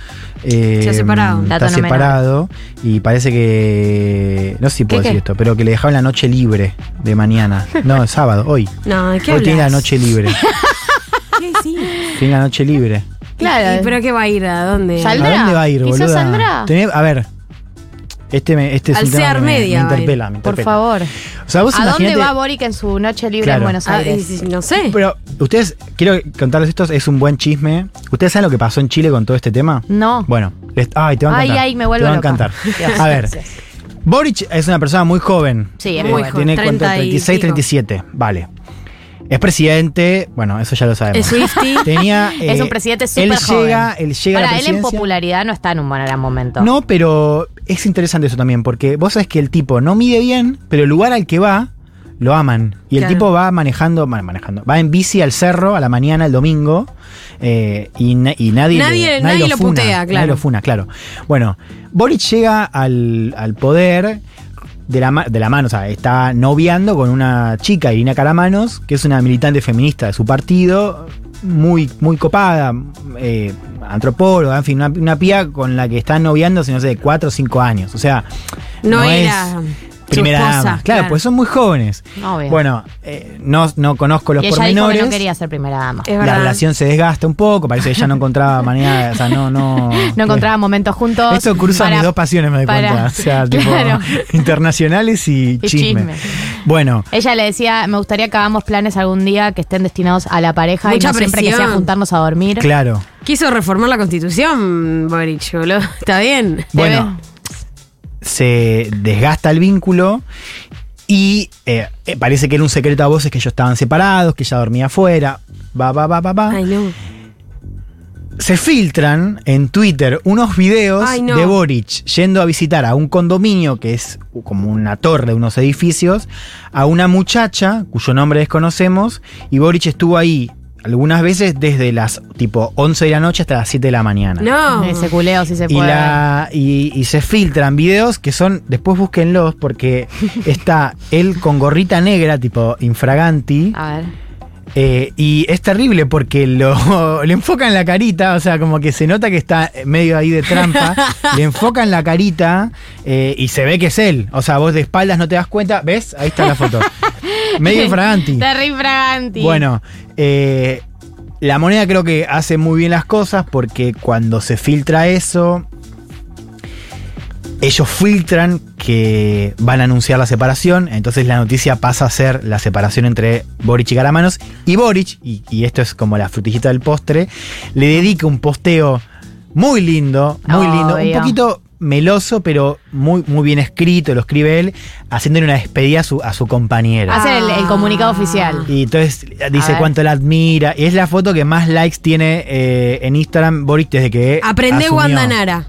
Speaker 3: eh,
Speaker 2: Se ha separado.
Speaker 3: Está
Speaker 1: Dato no menor.
Speaker 3: separado. Y parece que. No sé si puedo
Speaker 1: ¿Qué,
Speaker 3: decir
Speaker 1: qué?
Speaker 3: esto, pero que le dejaban la noche libre de mañana. No, es sábado, hoy.
Speaker 2: No, ¿de ¿qué
Speaker 3: hoy tiene la
Speaker 2: hablas?
Speaker 3: noche libre.
Speaker 2: ¿Qué? Sí.
Speaker 3: tiene la noche libre.
Speaker 1: Claro.
Speaker 2: ¿Y, ¿Pero qué va a ir? ¿A dónde? Ah,
Speaker 1: Sal-
Speaker 3: ¿A
Speaker 1: ¿Saldrá?
Speaker 3: dónde va a ir,
Speaker 1: Quizás
Speaker 3: boluda?
Speaker 1: saldrá.
Speaker 3: Tenés- a ver. Este, me- este es
Speaker 2: Al
Speaker 3: un tema
Speaker 2: CEAR
Speaker 3: que me- me,
Speaker 2: Media va a ir.
Speaker 3: interpela, me
Speaker 1: Por
Speaker 3: interpela.
Speaker 1: favor.
Speaker 3: O sea, vos
Speaker 1: ¿A dónde
Speaker 3: imaginate-
Speaker 1: va Boric en su noche libre en
Speaker 3: Claro.
Speaker 1: Buenos
Speaker 2: Ah,
Speaker 1: Aires?
Speaker 2: y- no sé.
Speaker 3: Pero ustedes, quiero contarles esto, es un buen chisme. ¿Ustedes saben lo que pasó en Chile con todo este tema?
Speaker 1: No.
Speaker 3: Bueno, les- ay, te va a
Speaker 1: Ay,
Speaker 3: encantar.
Speaker 1: ay, me vuelvo
Speaker 3: Te va a
Speaker 1: loca.
Speaker 3: encantar.
Speaker 1: Dios,
Speaker 3: A ver,
Speaker 1: gracias.
Speaker 3: Boric es una persona muy joven. Eh,
Speaker 1: Sí, es muy joven.
Speaker 3: Tiene ¿cuánto?
Speaker 2: 30 y
Speaker 3: 36,
Speaker 2: pico.
Speaker 3: 37. Vale. Es presidente, bueno, eso ya lo sabemos.
Speaker 2: ¿Es Swifty?
Speaker 3: Tenía,
Speaker 1: es
Speaker 3: eh,
Speaker 1: un presidente
Speaker 3: él
Speaker 1: súper joven.
Speaker 3: llega, él llega a la
Speaker 1: Para él en
Speaker 3: presidencia.
Speaker 1: popularidad no está en un buen gran momento.
Speaker 3: No, pero es interesante eso también, porque vos sabés que el tipo no mide bien, pero el lugar al que va lo aman. Y el
Speaker 2: Claro.
Speaker 3: tipo va manejando, va manejando, va en bici al cerro a la mañana, el domingo, eh, y, na- y nadie,
Speaker 2: Nadie-
Speaker 3: le-
Speaker 2: nadie lo
Speaker 3: funa,
Speaker 2: putea,
Speaker 3: Nadie
Speaker 2: claro.
Speaker 3: lo funa, claro. Bueno, Boric llega al, al poder. De la, ma- de la mano, o sea, está noviando con una chica, Irina Caramanos, que es una militante feminista de su partido, muy, muy copada, eh, antropóloga, en fin, una, una pía con la que está noviando hace, no sé, cuatro o cinco años. O sea,
Speaker 2: No,
Speaker 3: No
Speaker 2: era. su
Speaker 3: primera
Speaker 2: esposa,
Speaker 3: dama. Claro, pues son muy jóvenes.
Speaker 1: Obvio.
Speaker 3: Bueno, eh, no, no conozco los
Speaker 1: y ella dijo
Speaker 3: pormenores. Eh,
Speaker 1: que no quería ser primera dama.
Speaker 2: Es
Speaker 3: la
Speaker 2: verdad.
Speaker 3: relación se desgasta un poco, parece que ya no encontraba manera, o sea, no, no. eh,
Speaker 1: No encontraba momentos juntos.
Speaker 3: Esto cruza
Speaker 1: para-
Speaker 3: mis dos pasiones, me doy
Speaker 1: para-
Speaker 3: cuenta. O sea, tipo,
Speaker 1: Claro.
Speaker 3: internacionales y,
Speaker 1: Y
Speaker 3: chisme.
Speaker 1: chisme.
Speaker 3: Bueno,
Speaker 1: Ella le decía, me gustaría que hagamos planes algún día que estén destinados a la pareja
Speaker 2: Mucha
Speaker 1: y no siempre que
Speaker 2: presión.
Speaker 1: sea juntarnos a dormir.
Speaker 3: claro.
Speaker 2: Quiso reformar la constitución, Boric, boludo. Está bien.
Speaker 1: Te
Speaker 3: Bueno,
Speaker 1: ven.
Speaker 3: se desgasta el vínculo y eh, eh, parece que era un secreto a voces que ellos estaban separados, que ella dormía afuera. Va, va, va, va, va.
Speaker 2: Ay, no.
Speaker 3: se filtran en Twitter unos videos
Speaker 2: Ay, no.
Speaker 3: de Boric yendo a visitar a un condominio que es como una torre de unos edificios, a una muchacha cuyo nombre desconocemos, y Boric estuvo ahí algunas veces desde las tipo 11 de la noche hasta las 7 de la mañana.
Speaker 2: No.
Speaker 1: Ese culeo, si se
Speaker 3: Y,
Speaker 1: puede.
Speaker 3: la, y, y se filtran videos que son, después búsquenlos porque está él con gorrita negra tipo infraganti.
Speaker 1: A ver.
Speaker 3: Eh, y es terrible porque lo, le enfocan la carita, o sea, como que se nota que está medio ahí de trampa. le enfocan la carita eh, y se ve que es él. O sea, vos de espaldas no te das cuenta. ¿Ves? Ahí está la foto. medio infraganti.
Speaker 1: Está re infraganti.
Speaker 3: Bueno, eh, la moneda creo que hace muy bien las cosas porque cuando se filtra eso, ellos filtran que van a anunciar la separación, entonces la noticia pasa a ser la separación entre Boric y Caramanos, y Boric, y, y esto es como la frutillita del postre, le dedica un posteo muy lindo, muy lindo, un
Speaker 1: Obvio.
Speaker 3: poquito meloso, pero muy, muy bien escrito, lo escribe él, haciéndole una despedida a su, a su compañera.
Speaker 1: Hacen el, el comunicado oficial.
Speaker 3: Y entonces dice
Speaker 1: ver.
Speaker 3: cuánto la admira. Y es la foto que más likes tiene eh, en Instagram Boric desde que.
Speaker 2: Aprende
Speaker 3: asumió.
Speaker 2: Guandanara.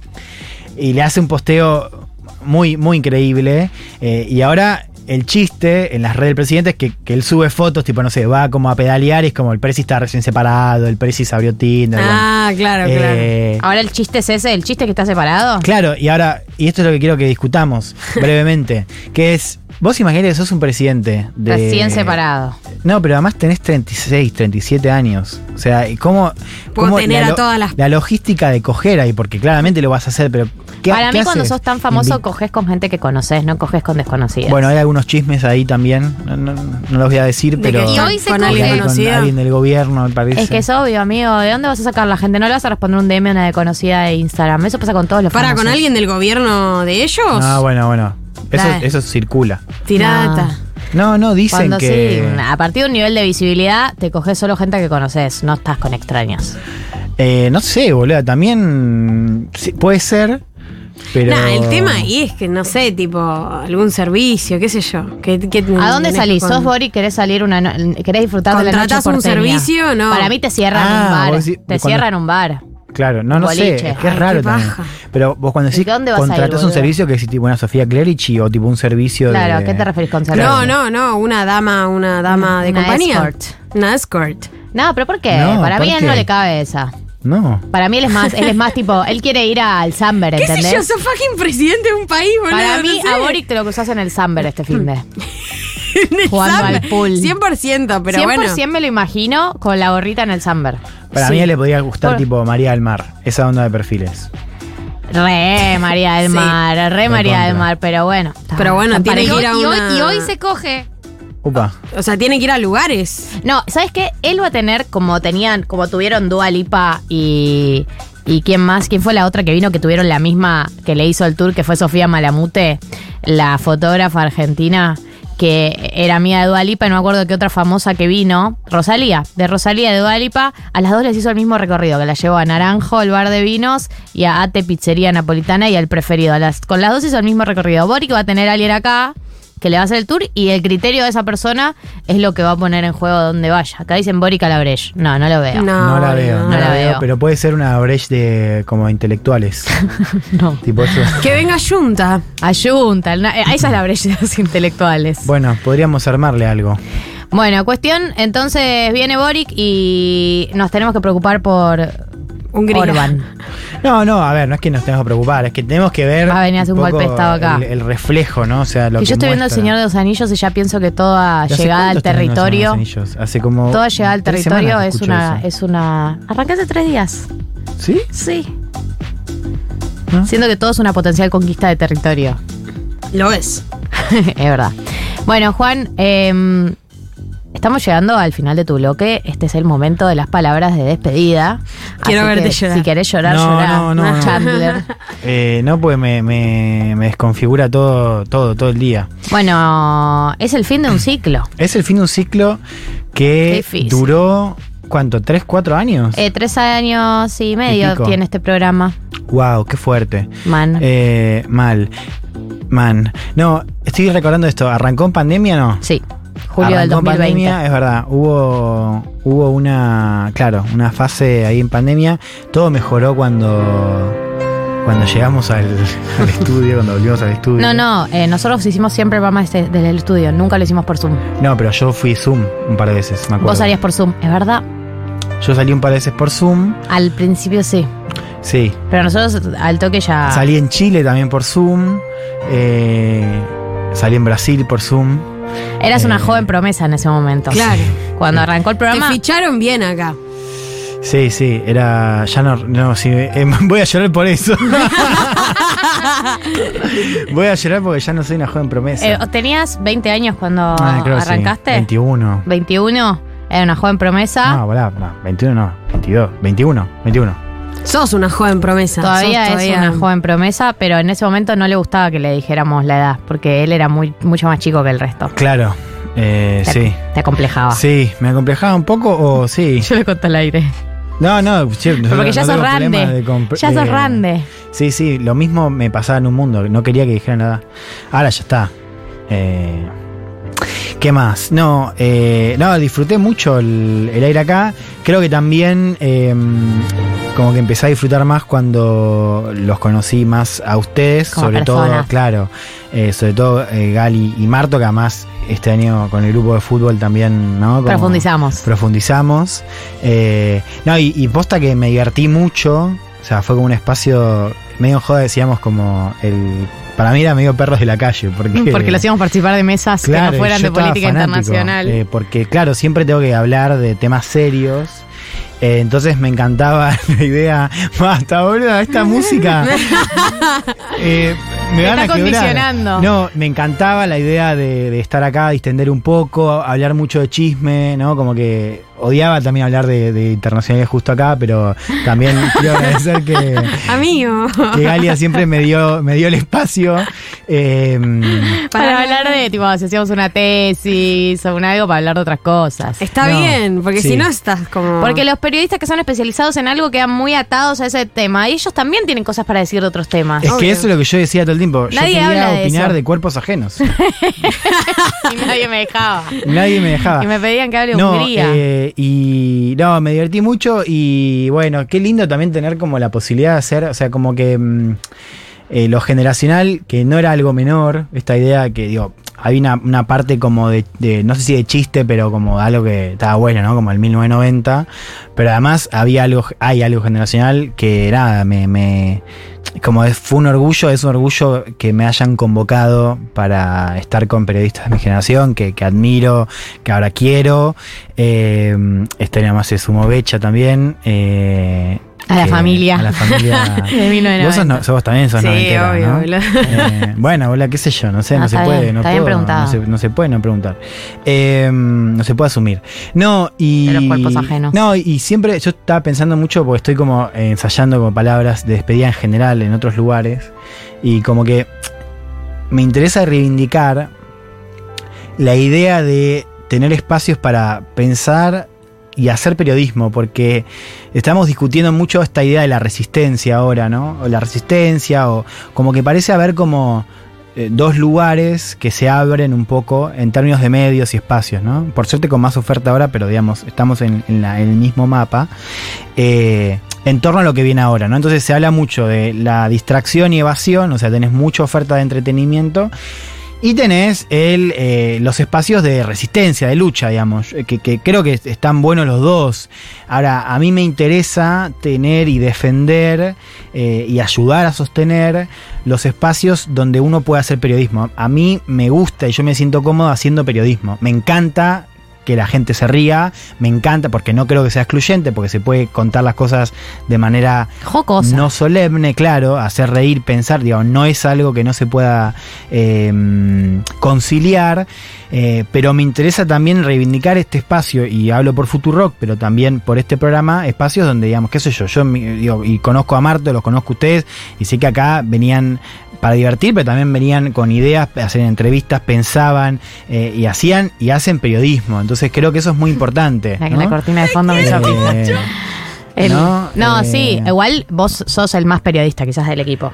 Speaker 3: Y le hace un posteo muy, muy increíble. Eh, y ahora el chiste en las redes del presidente es que, que él sube fotos, tipo, no sé, va como a pedalear y es como el Prezi está recién separado, el Prezi se abrió Tinder.
Speaker 2: Ah, claro,
Speaker 3: bueno.
Speaker 2: claro. Ah.
Speaker 3: Eh,
Speaker 1: Ahora el chiste es ese, el chiste que está separado.
Speaker 3: Claro, y ahora, y esto es lo que quiero que discutamos brevemente, que es, vos imaginate que sos un presidente de...
Speaker 1: Recién separado.
Speaker 3: No, pero además tenés 36, 37 años. O sea, ¿y ¿cómo,
Speaker 2: Puedo
Speaker 3: cómo
Speaker 2: tener a
Speaker 3: lo-
Speaker 2: todas las-
Speaker 3: la logística de coger ahí? Porque claramente lo vas a hacer, pero... ¿qué-
Speaker 1: Para
Speaker 3: qué
Speaker 1: mí, cuando
Speaker 3: haces?
Speaker 1: sos tan famoso,
Speaker 3: Invi-
Speaker 1: coges con gente que conoces, no coges con desconocidos.
Speaker 3: Bueno, hay algunos chismes ahí también, no, no- no los voy a decir,
Speaker 2: De
Speaker 3: pero...
Speaker 2: que
Speaker 1: Y hoy se
Speaker 2: con
Speaker 1: coge.
Speaker 2: alguien
Speaker 3: con
Speaker 2: conocido.
Speaker 3: alguien del gobierno, me parece.
Speaker 1: es que es obvio, amigo. ¿De dónde vas a sacar la gente? No le vas a responder un DM a una desconocida de Instagram. Eso pasa con todos los
Speaker 2: Para,
Speaker 1: famosos.
Speaker 2: ¿con alguien del gobierno de ellos?
Speaker 3: No, bueno, bueno. Eso,
Speaker 2: Dale.
Speaker 3: eso circula. Ah,
Speaker 2: Tirata.
Speaker 1: No.
Speaker 3: No, no, dicen
Speaker 1: Cuando
Speaker 3: que...
Speaker 1: sí, a partir de un nivel de visibilidad, te coges solo gente que conoces, no estás con extraños.
Speaker 3: Eh, no sé, boludo. También sí, puede ser, pero.
Speaker 2: Nah, el tema ahí es que, no sé, tipo, algún servicio, qué sé yo. ¿Qué, qué-
Speaker 1: ¿A dónde salís?
Speaker 2: Mm, con-
Speaker 1: ¿Sos Bori? ¿Querés salir una no- querés disfrutar de la noche
Speaker 2: ¿Contratás un
Speaker 1: porteña?
Speaker 2: servicio? No.
Speaker 1: Para mí te cierran
Speaker 3: Ah,
Speaker 1: un bar.
Speaker 3: vos decís-
Speaker 1: te
Speaker 3: cuando-
Speaker 1: cierran un bar.
Speaker 3: Claro, no, no
Speaker 1: Boliche.
Speaker 3: sé. Es que es
Speaker 2: Ay,
Speaker 3: raro
Speaker 2: qué
Speaker 3: también.
Speaker 2: paja.
Speaker 3: Pero vos cuando decís
Speaker 1: ¿De dónde vas a ir,
Speaker 3: contratás un
Speaker 1: boludo?
Speaker 3: servicio que decís tipo una Sofía Clerici o tipo un servicio
Speaker 1: Claro,
Speaker 3: de.
Speaker 1: ¿a qué te referís con servicio?
Speaker 2: No, no, no, una dama, una dama de
Speaker 1: Una
Speaker 2: compañía.
Speaker 1: escort.
Speaker 2: Una escort.
Speaker 1: No, pero ¿por qué?
Speaker 3: No,
Speaker 1: Para mí
Speaker 3: ¿por
Speaker 1: a él
Speaker 3: qué?
Speaker 1: no le cabe esa.
Speaker 3: No.
Speaker 1: Para mí él es más, él es más tipo, él quiere ir al Samber,
Speaker 2: ¿Qué sé yo?
Speaker 1: ¿entendés?
Speaker 2: Sos fucking presidente de un país, boludo.
Speaker 1: Para
Speaker 2: no
Speaker 1: mí,
Speaker 2: sé. Mm.
Speaker 1: a Boric te lo cruzás en el Samber este fin de.
Speaker 2: En el
Speaker 1: jugando
Speaker 2: Sam,
Speaker 1: al pool.
Speaker 2: 100%, pero
Speaker 1: 100%
Speaker 2: bueno.
Speaker 1: me lo imagino con la gorrita en el Samber.
Speaker 3: Para mí a él le podría gustar
Speaker 1: Por-
Speaker 3: tipo María del Mar. Esa onda de perfiles.
Speaker 1: Re María del
Speaker 2: Sí.
Speaker 1: Mar, re
Speaker 3: Me
Speaker 1: María del
Speaker 3: contra.
Speaker 1: Mar, pero bueno. está-
Speaker 2: Pero bueno,
Speaker 1: está
Speaker 2: tiene
Speaker 4: Y
Speaker 1: parejo.
Speaker 2: ir
Speaker 4: hoy,
Speaker 2: a
Speaker 4: y hoy-
Speaker 2: una-
Speaker 4: y hoy se coge.
Speaker 3: Upa.
Speaker 2: O sea, tiene que ir a lugares.
Speaker 1: No, ¿sabes qué? Él va a tener, como tenían, como tuvieron Dua Lipa y. ¿Y quién más? ¿Quién fue la otra que vino que tuvieron la misma que le hizo el tour, que fue Sofía Malamute, la fotógrafa argentina, que era amiga de Dua Lipa y no me acuerdo qué otra famosa que vino? Rosalía, de Rosalía de Dua Lipa, a las dos les hizo el mismo recorrido, que la llevó a Naranjo, el bar de vinos, y a Ate Pizzería Napolitana y al preferido. A las- con las dos hizo el mismo recorrido. Boric va a tener a alguien acá que le va a hacer el tour y el criterio de esa persona es lo que va a poner en juego donde vaya. Acá dicen Boric Calabres. No, no lo veo.
Speaker 2: No,
Speaker 3: No, la veo. No,
Speaker 1: no
Speaker 3: la
Speaker 1: la
Speaker 3: veo.
Speaker 1: veo.
Speaker 3: Pero puede ser una brecha de como intelectuales.
Speaker 1: No.
Speaker 3: tipo eso.
Speaker 2: Que venga Junta.
Speaker 1: Ayunta, na- eh, esa es la brecha de los intelectuales.
Speaker 3: Bueno, podríamos armarle algo.
Speaker 1: Bueno, cuestión, entonces viene Boric y nos tenemos que preocupar por
Speaker 2: Hungría.
Speaker 1: Orban.
Speaker 3: No, no, a ver, no es que nos tenemos que preocupar, es que tenemos que ver.
Speaker 1: Va a venir a hacer un
Speaker 3: poco
Speaker 1: golpe de estado acá.
Speaker 3: El, el reflejo, ¿no? O sea, lo
Speaker 1: Que
Speaker 3: que
Speaker 1: yo estoy viendo El
Speaker 3: muestra.
Speaker 1: Señor de los Anillos y ya pienso que toda
Speaker 3: ¿Hace
Speaker 1: llegada al
Speaker 3: cuánto están en los
Speaker 1: territorio,
Speaker 3: Anillos? Hace como.
Speaker 1: toda llegada al
Speaker 3: tres
Speaker 1: territorio
Speaker 3: semanas que
Speaker 1: es
Speaker 3: escucho
Speaker 1: una,
Speaker 3: eso.
Speaker 1: es una. Arranqué hace tres días.
Speaker 3: ¿Sí?
Speaker 1: Sí.
Speaker 3: ¿No?
Speaker 1: Siento que todo es una potencial conquista de territorio.
Speaker 2: Lo es.
Speaker 1: es verdad. Bueno, Juan, eh, estamos llegando al final de tu bloque. Este es el momento de las palabras de despedida.
Speaker 2: Quiero
Speaker 1: Así
Speaker 2: verte
Speaker 1: que
Speaker 2: llorar.
Speaker 1: Si querés llorar,
Speaker 3: No,
Speaker 1: llorá.
Speaker 3: no, no, no.
Speaker 1: Chandler.
Speaker 3: Eh, no, pues me, me- me desconfigura todo, todo, todo el día.
Speaker 1: Bueno, es el fin de un ciclo.
Speaker 3: Es el fin de un ciclo
Speaker 1: Qué
Speaker 3: que
Speaker 1: difícil.
Speaker 3: duró. ¿Cuánto? ¿Tres, cuatro años?
Speaker 1: Eh, tres años y
Speaker 3: Y
Speaker 1: medio
Speaker 3: pico.
Speaker 1: tiene este programa,
Speaker 3: wow, qué fuerte.
Speaker 1: man.
Speaker 3: Eh, mal. Man. No, estoy recordando esto. ¿Arrancó en pandemia o no?
Speaker 1: sí. julio del
Speaker 3: Arrancó
Speaker 1: 2020.
Speaker 3: pandemia, es verdad, hubo, hubo una, claro, una fase ahí en pandemia. Todo mejoró cuando, cuando llegamos al, al estudio, cuando volvimos al estudio.
Speaker 1: No, no, eh, nosotros hicimos siempre el programa desde, desde el estudio, nunca lo hicimos por Zoom.
Speaker 3: No, pero yo fui Zoom un par de veces, me acuerdo.
Speaker 1: Vos salías por Zoom, es verdad.
Speaker 3: Yo salí un par de veces por Zoom,
Speaker 1: Al principio sí,
Speaker 3: sí.
Speaker 1: pero nosotros al toque ya.
Speaker 3: Salí en Chile también por Zoom. eh, salí en Brasil por Zoom.
Speaker 1: Eras una
Speaker 3: eh,
Speaker 1: joven promesa en ese momento.
Speaker 2: Claro.
Speaker 1: Cuando arrancó el
Speaker 2: Te
Speaker 1: programa.
Speaker 2: ficharon bien acá.
Speaker 3: Sí, sí, era. Ya no. No, sí, eh, voy a llorar por eso. voy a llorar porque ya no soy una joven promesa.
Speaker 1: eh, ¿Tenías 20 años cuando
Speaker 3: Ah, creo que sí.
Speaker 1: arrancaste? ¿Ah?
Speaker 3: 21.
Speaker 1: 21. Era una joven promesa.
Speaker 3: No, pará, pará. 21 no. 22. 21. 21.
Speaker 2: Sos una joven promesa.
Speaker 1: Todavía
Speaker 2: Sos
Speaker 1: es una joven promesa, pero en ese momento no le gustaba que le dijéramos la edad, porque él era muy, mucho más chico que el resto.
Speaker 3: Claro. eh,
Speaker 1: Te- ah.
Speaker 3: sí.
Speaker 1: Te acomplejaba.
Speaker 3: Sí, me acomplejaba un poco o sí.
Speaker 1: Yo le conté al aire.
Speaker 3: No, no, che, no-
Speaker 1: Porque ya
Speaker 3: no
Speaker 1: sos
Speaker 3: tengo problema
Speaker 1: grande.
Speaker 3: de comp-
Speaker 1: Ya sos
Speaker 3: eh,
Speaker 1: grande.
Speaker 3: Sí, sí, lo mismo me pasaba en un mundo, no quería que dijeran nada. Ahora ya está. Eh, ¿Qué más? No, eh, no, disfruté mucho el, el aire acá. Creo que también eh, como que empecé a disfrutar más cuando los conocí más a ustedes,
Speaker 1: Como
Speaker 3: sobre todo,
Speaker 1: personas.
Speaker 3: claro, eh, sobre todo eh, Gali y Marto, que además este año con el grupo de fútbol también, ¿no? Como-
Speaker 1: Profundizamos.
Speaker 3: profundizamos. Eh, no, y, y posta que me divertí mucho. O sea, fue como un espacio medio joda, decíamos como el. Para mí era medio perros de la calle. Porque,
Speaker 1: Porque los íbamos a participar de mesas que
Speaker 3: Claro,
Speaker 1: no fueran
Speaker 3: yo
Speaker 1: de
Speaker 3: estaba
Speaker 1: política
Speaker 3: fanático,
Speaker 1: internacional.
Speaker 3: eh, porque, claro, siempre tengo que hablar de temas serios. Eh, entonces me encantaba la idea. Basta, boludo, esta música. Eh, me
Speaker 1: Te
Speaker 3: van
Speaker 1: está
Speaker 3: a quebrar.
Speaker 1: condicionando.
Speaker 3: No, me encantaba la idea de, de estar acá, distender un poco, hablar mucho de chisme, ¿no? Como que odiaba también hablar de, de internacionales justo acá, pero también quiero agradecer que,
Speaker 2: Amigo.
Speaker 3: que Galia siempre me dio, me dio el espacio. Eh,
Speaker 1: Para hablar de, tipo, si hacíamos una tesis o un algo para hablar de otras cosas.
Speaker 2: Está
Speaker 3: No,
Speaker 2: bien, porque
Speaker 3: sí.
Speaker 2: si no estás como.
Speaker 1: Porque los periodistas que son especializados en algo quedan muy atados a ese tema. Y ellos también tienen cosas para decir de otros temas.
Speaker 3: Es que
Speaker 2: Obvio.
Speaker 3: eso es lo que yo decía todo el tiempo.
Speaker 1: Nadie
Speaker 3: yo quería
Speaker 1: habla de
Speaker 3: opinar
Speaker 1: eso.
Speaker 3: de cuerpos ajenos.
Speaker 1: y nadie me dejaba.
Speaker 3: Nadie me dejaba.
Speaker 1: Y me pedían que hable de
Speaker 3: no,
Speaker 1: Hungría.
Speaker 3: eh, y no, me divertí mucho y bueno, qué lindo también tener como la posibilidad de hacer, o sea, como que mm, eh, lo generacional, que no era algo menor, esta idea que digo, había una, una parte como de, de- no sé si de chiste, pero como algo que estaba bueno, ¿no? Como el 1990, pero además había algo, hay algo generacional que nada, me... me- como es- fue un orgullo, es un orgullo que me hayan convocado para estar con periodistas de mi generación, que, que admiro, que ahora quiero. Eh, este año más se sumó Becha también. eh,
Speaker 1: A la
Speaker 3: que-
Speaker 1: familia.
Speaker 3: A la familia.
Speaker 1: De 1990.
Speaker 3: Vos, sos no- sos- vos también sos
Speaker 2: Sí,
Speaker 3: noventera,
Speaker 2: obvio,
Speaker 3: ¿no?
Speaker 2: boludo.
Speaker 3: Eh, bueno, hola, qué sé yo, no sé, no,
Speaker 1: Ah,
Speaker 3: se
Speaker 1: está
Speaker 3: puede,
Speaker 1: bien,
Speaker 3: no
Speaker 1: está bien
Speaker 3: puedo,
Speaker 1: preguntado.
Speaker 3: no se, no se puede no preguntar. Eh, no se puede asumir. No, y.
Speaker 1: De los cuerpos ajenos.
Speaker 3: No, y siempre yo estaba pensando mucho porque estoy como eh, ensayando como palabras de despedida en general en otros lugares y como que me interesa reivindicar la idea de tener espacios para pensar y hacer periodismo, porque estamos discutiendo mucho esta idea de la resistencia ahora, ¿no? O la resistencia, o como que parece haber como eh, dos lugares que se abren un poco en términos de medios y espacios, ¿no? Por suerte con más oferta ahora, pero digamos, estamos en, en la- en el mismo mapa, eh, en torno a lo que viene ahora, ¿no? Entonces se habla mucho de la distracción y evasión, o sea, tenés mucha oferta de entretenimiento, y tenés el, eh, los espacios de resistencia, de lucha, digamos, eh, que, que creo que están buenos los dos. Ahora, a mí me interesa tener y defender eh, y ayudar a sostener los espacios donde uno puede hacer periodismo. A mí me gusta y yo me siento cómodo haciendo periodismo. Me encanta que la gente se ría, me encanta porque no creo que sea excluyente, porque se puede contar las cosas de manera
Speaker 1: Jocosa.
Speaker 3: no solemne, claro, hacer reír, pensar, digamos, no es algo que no se pueda eh, conciliar, eh, pero me interesa también reivindicar este espacio, y hablo por Futurock, pero también por este programa, espacios donde, digamos, qué sé yo, yo mi- digo, y conozco a Marto, los conozco a ustedes, y sé que acá venían para divertir, pero también venían con ideas, hacían entrevistas, pensaban, eh, y hacían, y hacen periodismo, entonces creo que eso es muy importante.
Speaker 1: La, que
Speaker 3: ¿no?
Speaker 1: la cortina de fondo me hizo
Speaker 3: Eh,
Speaker 1: pico. El-
Speaker 3: ¿no?
Speaker 1: No,
Speaker 3: Eh,
Speaker 1: sí, igual vos sos el más periodista quizás del equipo.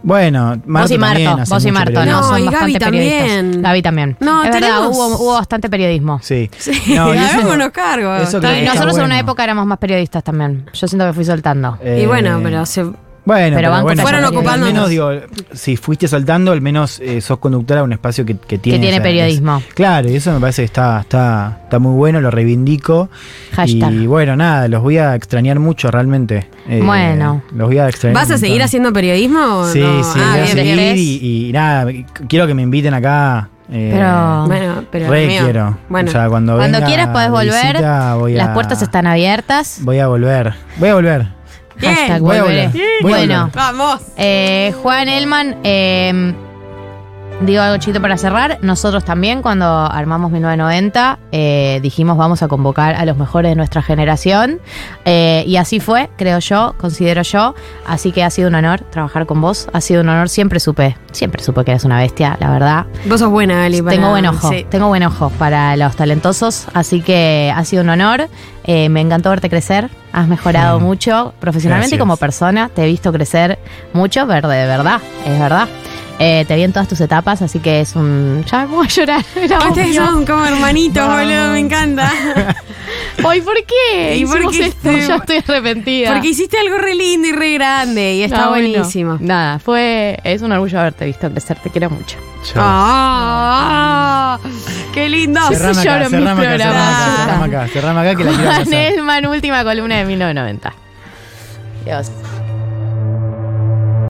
Speaker 3: Bueno, Marto
Speaker 1: vos y Marto,
Speaker 3: también hace
Speaker 1: vos y
Speaker 3: mucho
Speaker 1: Marto, ¿no?
Speaker 3: periodismo.
Speaker 2: No,
Speaker 1: Son
Speaker 2: y Gaby
Speaker 1: bastante periodistas.
Speaker 2: también.
Speaker 1: Gaby también.
Speaker 2: No,
Speaker 1: es verdad,
Speaker 2: tenemos-
Speaker 1: hubo, hubo bastante periodismo.
Speaker 3: Sí.
Speaker 2: Sí,
Speaker 3: No, y eso-
Speaker 2: hagámonos cargo.
Speaker 3: eso creo
Speaker 1: Y
Speaker 3: que está
Speaker 1: nosotros en
Speaker 3: bueno.
Speaker 1: una época éramos más periodistas también. Yo siento que fui soltando.
Speaker 3: Eh,
Speaker 2: Y bueno, pero se...
Speaker 3: Bueno,
Speaker 1: Pero
Speaker 3: pero,
Speaker 1: banco
Speaker 3: bueno,
Speaker 2: Fueron
Speaker 3: al
Speaker 2: ocupándonos.
Speaker 3: menos, digo, si fuiste saltando, al menos eh, sos conductora a un espacio que, que tiene.
Speaker 1: tiene
Speaker 3: esa-
Speaker 1: periodismo.
Speaker 3: es- claro, y eso me parece que está, está, está muy bueno, lo reivindico.
Speaker 1: Hashtag.
Speaker 3: Y bueno, nada, los voy a extrañar mucho realmente. Eh,
Speaker 1: Bueno.
Speaker 3: Los voy a extrañar.
Speaker 2: ¿Vas
Speaker 3: un
Speaker 2: a seguir
Speaker 3: montón.
Speaker 2: haciendo periodismo? o
Speaker 3: Sí,
Speaker 2: no?
Speaker 3: sí,
Speaker 2: Ah,
Speaker 3: voy
Speaker 2: bien,
Speaker 3: a
Speaker 2: bien.
Speaker 3: seguir y, y nada, quiero que me inviten acá. eh,
Speaker 1: Pero-
Speaker 2: Bueno, pero...
Speaker 3: re
Speaker 2: amigo,
Speaker 3: quiero.
Speaker 2: Bueno,
Speaker 3: O sea, cuando
Speaker 1: Cuando
Speaker 3: venga
Speaker 1: quieras podés
Speaker 3: de
Speaker 1: volver.
Speaker 3: visita, voy
Speaker 1: Las
Speaker 3: a-
Speaker 1: puertas están abiertas.
Speaker 3: Voy a volver. Voy a volver.
Speaker 2: Bien.
Speaker 1: Hashtag
Speaker 3: Voy a
Speaker 1: volveré.
Speaker 3: volver. Voy a
Speaker 1: Bueno,
Speaker 3: volver.
Speaker 2: vamos.
Speaker 1: eh, Juan Elman, eh, digo algo chito para cerrar. Nosotros también, cuando armamos 1990, eh, dijimos vamos a convocar a los mejores de nuestra generación. Eh, y así fue, creo yo, considero yo. Así que ha sido un honor trabajar con vos. Ha sido un honor. Siempre supe, siempre supe que eres una bestia, la verdad.
Speaker 2: Vos sos buena, Ali. para-
Speaker 1: Tengo buen ojo,
Speaker 2: sí.
Speaker 1: tengo buen ojo para los talentosos, así que ha sido un honor. Eh, me encantó verte crecer, has mejorado
Speaker 3: Sí.
Speaker 1: mucho profesionalmente y
Speaker 3: Gracias.
Speaker 1: como persona. Te he visto crecer mucho, pero de verdad, es verdad. Eh, te vi en todas tus etapas, así que es un. Ya me pongo a llorar. era
Speaker 2: Ustedes
Speaker 1: obvio.
Speaker 2: son como hermanitos,
Speaker 1: Vamos.
Speaker 2: boludo, me encanta.
Speaker 1: Ay, ¿por qué?
Speaker 2: ¿Y por
Speaker 1: Hicimos
Speaker 2: qué
Speaker 1: esto?
Speaker 2: este-
Speaker 1: Ya estoy arrepentida.
Speaker 2: Porque hiciste algo re lindo y re grande y está
Speaker 1: No, bueno,
Speaker 2: buenísimo.
Speaker 1: Nada, fue. Es un orgullo haberte visto crecer, te quiero mucho.
Speaker 3: Chau.
Speaker 2: Ah, ¡Qué lindo!
Speaker 3: Cerrame
Speaker 1: Ah, lloro en
Speaker 3: acá,
Speaker 1: mis
Speaker 3: cerrame acá,
Speaker 1: programas.
Speaker 3: cerrame acá, cerrame acá, cerrame acá que la quiero
Speaker 1: Juan
Speaker 3: pasar.
Speaker 1: Elman, última columna de 1990. Dios.